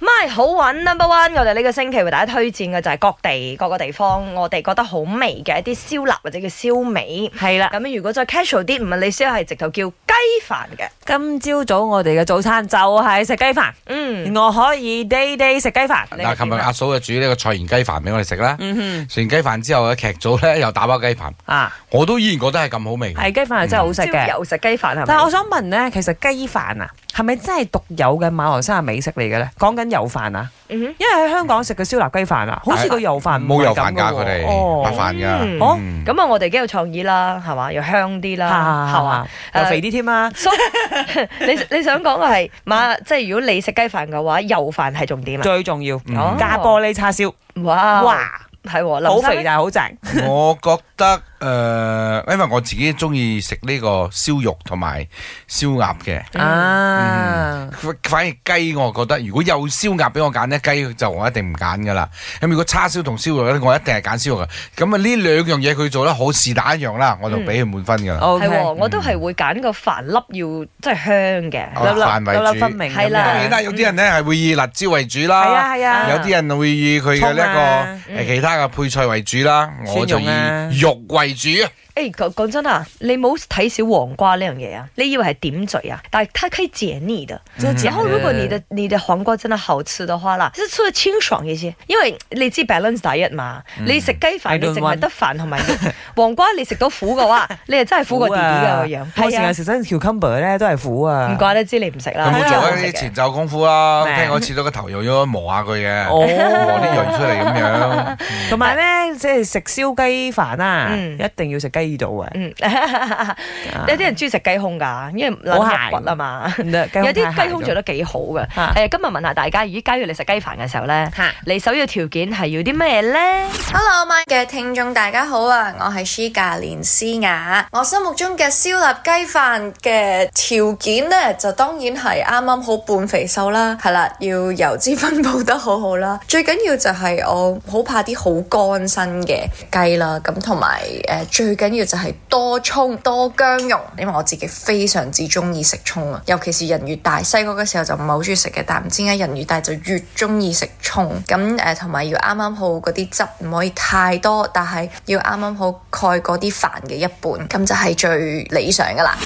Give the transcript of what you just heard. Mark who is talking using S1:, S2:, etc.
S1: 係好揾 number one，我哋呢個星期為大家推薦嘅就係各地各個地方，我哋覺得好味嘅一啲燒臘或者叫燒味。
S2: 係啦，
S1: 咁如果再 casual 啲，唔係你燒係直頭叫雞飯嘅。
S2: 今朝早我哋嘅早餐就係食雞飯，
S1: 嗯，
S2: 我可以 day day 食雞飯。
S1: 你
S3: 嗱，琴日阿嫂就煮呢個菜園雞飯俾我哋食啦。
S2: 啊嗯
S3: 食完雞飯之後嘅劇組咧又打包雞飯，
S2: 哼，啊，
S3: 我都依然覺得係咁好味。
S2: 係雞飯係真係好食
S1: 朝
S2: 嘅。
S1: 油食雞飯係咪？
S2: 但係我想問咧，其實雞飯啊，係咪真係獨有嘅馬來西亞美食嚟嘅咧？講緊油飯啊，
S1: 嗯哼
S2: 因為喺香港食嘅燒臘雞飯啊，好似個油飯
S3: 冇油
S2: 飯
S3: 飯㗎，佢哋
S2: 哦
S3: 白飯
S1: 嗯
S3: 㗎。
S2: 哦
S3: 嗯
S1: 咁啊，我哋幾有創意啦，係嘛？又香啲啦，係嘛
S2: 嚇？又肥啲添啊！
S1: 所以 你你想講嘅係馬，即係如果你食雞飯嘅話，油飯係重點啊！
S2: 最重要
S3: 嗯
S2: 加玻璃叉燒，
S1: 哇
S2: 哇，
S1: 係喎，林
S2: 好
S1: 生
S2: 肥
S1: 咧
S2: 但係好正。哦
S3: 我覺得誒、呃因為我自己中意食呢個燒肉同埋燒鴨嘅，
S2: 啊，
S3: 反反而雞我覺得如果有燒鴨俾我揀呢，雞就我一定唔揀噶啦。咁如果叉燒同燒肉咧，我一定係揀燒肉嘅。咁啊呢兩樣嘢佢做得好是但一樣啦，我就
S2: 嗯
S3: 俾佢滿分噶啦。
S2: O
S1: 係
S2: K，
S1: 喎，我都係會揀個飯粒要即係香嘅。
S3: 哦
S2: 粒
S3: 飯為
S2: 粒粒粒
S3: 主
S2: 分明咁樣，
S1: 係啦
S3: 當然啦，有啲人呢係會以辣椒為主啦。
S2: 係啊係啊，
S3: 有啲人會以佢嘅呢一
S2: 葱啊
S3: 個誒其他嘅配菜為主啦，我就
S2: 蒜蓉啊
S3: 以肉為主啊。
S1: 誒講講真啊，你冇睇小黃瓜呢樣嘢啊，你以為係點綴啊？但係它可以解膩的。
S2: 真係
S1: 然後
S2: 假
S1: 如果
S2: 嘅
S1: 你的你的黃瓜真的好吃的話啦，即係出得清爽一些，因為你知 balance diet 嘛，你食雞飯
S2: I
S1: 你
S2: don't
S1: 淨係
S2: want
S1: 得飯同埋肉 黃瓜，你食到苦嘅話，你係真係苦過弟弟嘅個樣。
S2: 啊我成
S1: 係
S2: 日食真 cucumber 咧都係苦
S1: 啊，
S2: 啊。
S1: 唔怪得知你唔食
S3: 佢
S1: 啦。
S3: 冇 做
S1: 我
S3: 一
S1: 食
S3: 啲
S1: 嘅
S3: 前奏功夫啦，
S2: 明
S3: 聽講切到個頭又要磨下佢嘅，
S2: 哦
S3: 磨啲鋭出嚟咁樣。
S2: 同埋咧，即係食燒雞飯啊，
S1: 嗯
S2: 一定要食雞度啊。
S1: 嗯， 有啲人中意食雞胸㗎，因為
S2: 好
S1: 撚
S2: 鹹
S1: 入骨啊嘛。
S2: 唔得，雞
S1: 有
S2: 胸
S1: 啲
S2: 太
S1: 雞胸
S2: 鹹
S1: 做
S2: 咗
S1: 得幾好嘅。誒、
S2: 啊
S1: 今日問下大家，咦，假如你食雞飯嘅時候咧
S2: 嚇，
S1: 你首要條件係要啲咩咧？
S4: Hello my 嘅聽眾大家好啊，我係 Shiga 連詩雅。我心目中嘅燒臘雞飯嘅條件呢，就當然係啱啱好半肥瘦啦，係啦，要油脂分佈得好好啦。最緊要就係我好怕啲好乾身嘅雞啦，咁同埋誒最緊要就係多葱多薑蓉，因為我自己非常之中意食葱啊，尤其是人越大，細個嘅時候就唔係好中意食嘅，但唔知點解人越大就越中意食葱。咁誒同埋要啱啱好嗰啲汁唔可以太多，但係要啱啱好蓋嗰啲飯嘅一半，咁就係最理想噶啦。